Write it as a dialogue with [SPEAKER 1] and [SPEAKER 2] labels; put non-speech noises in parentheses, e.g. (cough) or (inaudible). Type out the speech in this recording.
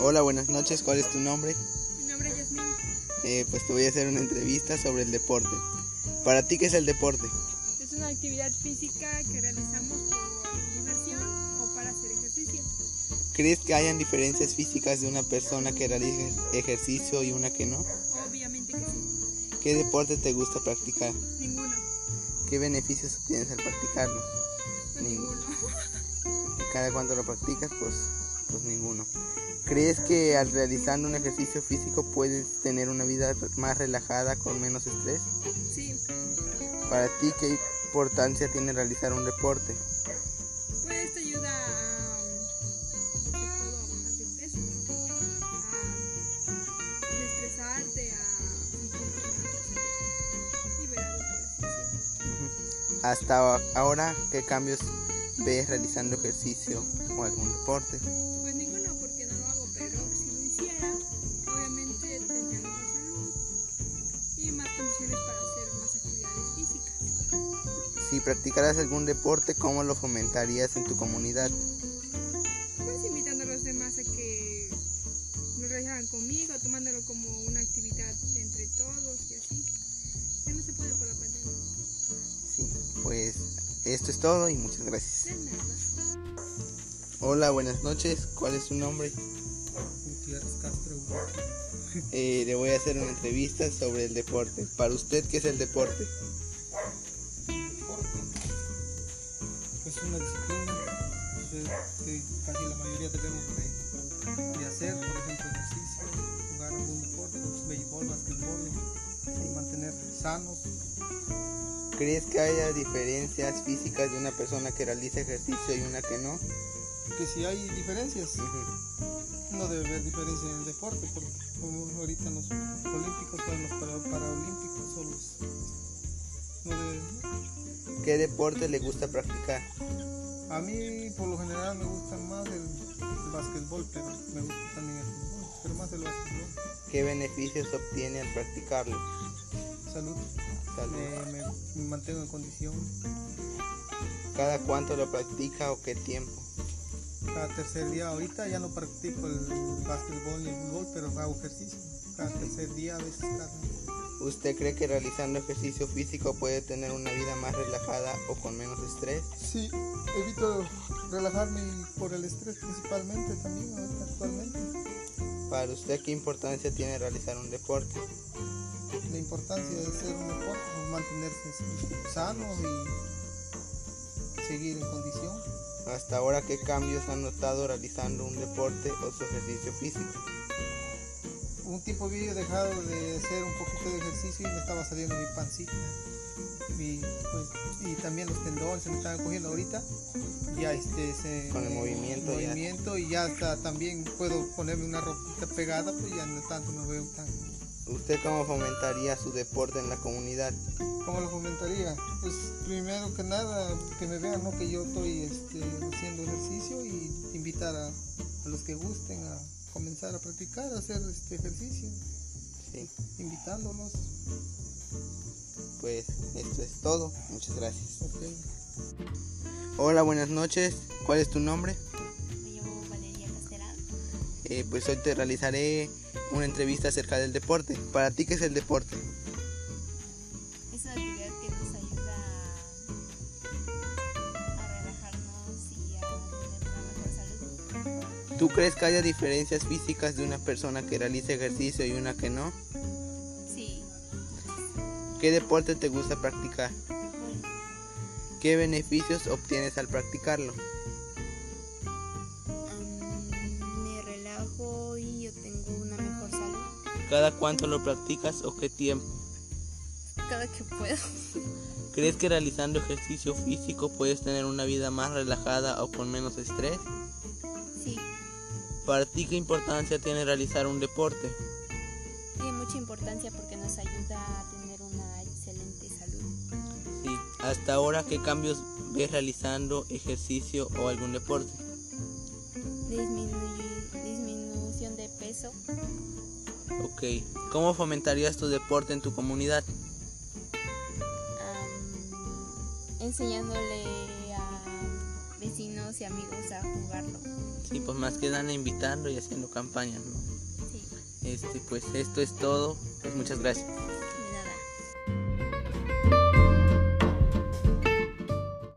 [SPEAKER 1] Hola, buenas noches, ¿cuál es tu nombre?
[SPEAKER 2] Mi nombre es Yasmin.
[SPEAKER 1] Eh, pues te voy a hacer una entrevista sobre el deporte. Para ti, ¿qué es el deporte?
[SPEAKER 2] Es una actividad física que realizamos por diversión o para hacer ejercicio.
[SPEAKER 1] ¿Crees que hayan diferencias físicas de una persona que realiza ejercicio y una que no?
[SPEAKER 2] Obviamente que sí.
[SPEAKER 1] ¿Qué deporte te gusta practicar?
[SPEAKER 2] Ninguno.
[SPEAKER 1] ¿Qué beneficios obtienes al practicarlo?
[SPEAKER 2] Pues
[SPEAKER 1] Ninguno.
[SPEAKER 2] ninguno.
[SPEAKER 1] Cada cuánto lo practicas, pues, pues ninguno. ¿Crees que al realizando un ejercicio físico puedes tener una vida más relajada con menos estrés?
[SPEAKER 2] (laughs) Sí.
[SPEAKER 1] Para ti, ¿qué importancia tiene realizar un deporte?
[SPEAKER 2] Pues esto ayuda a. sobre todo a bajar de peso. A desestresarte, a sentirte liberado por así decirlo.
[SPEAKER 1] Hasta ahora, ¿qué cambios ves realizando ejercicio o algún deporte?
[SPEAKER 2] Pues ninguno porque no lo hago, pero si lo hiciera, obviamente tendría mejor salud y más condiciones para hacer más actividades físicas.
[SPEAKER 1] Si practicaras algún deporte, ¿cómo lo fomentarías en tu comunidad?
[SPEAKER 2] Pues invitando a los demás a que lo realizaran conmigo, tomándolo como una actividad entre todos y así. Que no se puede por la pandemia.
[SPEAKER 1] Sí, pues esto es todo y muchas gracias.
[SPEAKER 2] De nada.
[SPEAKER 1] Hola, buenas noches. ¿Cuál es su nombre?
[SPEAKER 3] Gutiérrez Castro.
[SPEAKER 1] Eh, le voy a hacer una entrevista sobre el deporte. Para usted, ¿qué es el deporte?
[SPEAKER 3] Pues una disciplina pues, eh, que casi la mayoría debemos de, de hacer, por ejemplo ejercicio, jugar algún deporte, pues, béisbol, basquetbol, y mantener sanos.
[SPEAKER 1] ¿Crees que haya diferencias físicas de una persona que realiza ejercicio y una que no?
[SPEAKER 3] Que si hay diferencias,
[SPEAKER 1] Ujú.
[SPEAKER 3] no debe haber diferencia en el deporte, porque como ahorita en los olímpicos, para los para- paraolímpicos o los... No debe-
[SPEAKER 1] ¿Qué deporte le gusta practicar?
[SPEAKER 3] A mí por lo general me gusta más el, el basquetbol, pero me gusta también el fútbol, pero más el basquetbol.
[SPEAKER 1] ¿Qué beneficios obtiene al practicarlo?
[SPEAKER 3] Salud.
[SPEAKER 1] Salud.
[SPEAKER 3] Me, me- me mantengo en condición
[SPEAKER 1] ¿Cada cuánto lo practica o qué tiempo?
[SPEAKER 3] cada tercer día. Ahorita ya no practico el básquetbol ni el fútbol, pero hago ejercicio. Cada tercer día, a veces cada.
[SPEAKER 1] ¿Usted cree que realizando ejercicio físico puede tener una vida más relajada o con menos estrés?
[SPEAKER 3] Sí, evito relajarme y por el estrés principalmente también ahorita actualmente.
[SPEAKER 1] Para usted, ¿qué importancia tiene realizar un deporte?
[SPEAKER 3] La importancia de ser un deporte, pues, mantenerse sano y seguir en condición.
[SPEAKER 1] Hasta ahora, ¿qué cambios han notado realizando un deporte o su ejercicio físico?
[SPEAKER 3] Un tiempo había dejado de hacer un poquito de ejercicio y me estaba saliendo mi pancita. Y, pues, y también los tendones se me estaban cogiendo ahorita. Ya este se-
[SPEAKER 1] Con el movimiento ya.
[SPEAKER 3] movimiento y ya hasta también puedo ponerme una ropita pegada, pues ya no tanto me veo tan.
[SPEAKER 1] ¿Usted cómo fomentaría su deporte en la comunidad?
[SPEAKER 3] ¿Cómo lo comentaría? Pues primero que nada, que me vean ¿no? que yo estoy este, haciendo ejercicio y invitar a, a los que gusten a comenzar a practicar, a hacer este ejercicio,
[SPEAKER 1] Sí,
[SPEAKER 3] invitándolos.
[SPEAKER 1] pues esto es todo. Muchas gracias.
[SPEAKER 3] ok.
[SPEAKER 1] Hola, buenas noches. ¿Cuál es tu nombre?
[SPEAKER 4] Me llamo Valeria Castelar.
[SPEAKER 1] Eh, pues hoy te realizaré una entrevista acerca del deporte. ¿Para ti qué es el deporte?
[SPEAKER 4] Es una actividad que nos ayuda a, a relajarnos y a tener una mejor salud.
[SPEAKER 1] ¿Tú crees que haya diferencias físicas de una persona que realiza ejercicio y una que no?
[SPEAKER 4] Sí,
[SPEAKER 1] ¿Qué deporte te gusta practicar?
[SPEAKER 4] bueno,
[SPEAKER 1] ¿Qué beneficios obtienes al practicarlo?
[SPEAKER 4] me relajo y yo tengo una mejor salud
[SPEAKER 1] ¿Cada cuánto lo practicas o qué tiempo?
[SPEAKER 4] cada que puedo.
[SPEAKER 1] ¿Crees que realizando ejercicio físico puedes tener una vida más relajada o con menos estrés?
[SPEAKER 4] Sí,
[SPEAKER 1] ¿Para ti qué importancia tiene realizar un deporte?
[SPEAKER 4] tiene mucha importancia porque nos ayuda a tener una excelente salud.
[SPEAKER 1] Sí. ¿Hasta ahora qué cambios ves realizando ejercicio o algún deporte?
[SPEAKER 4] Disminuye- disminución de peso
[SPEAKER 1] Ok. ¿Cómo fomentarías tu deporte en tu comunidad?
[SPEAKER 4] am, enseñándole a vecinos y amigos a jugarlo.
[SPEAKER 1] Sí, pues más que dan invitando y haciendo campañas, ¿no?
[SPEAKER 4] Sí.
[SPEAKER 1] Este, pues esto es todo. Pues muchas gracias.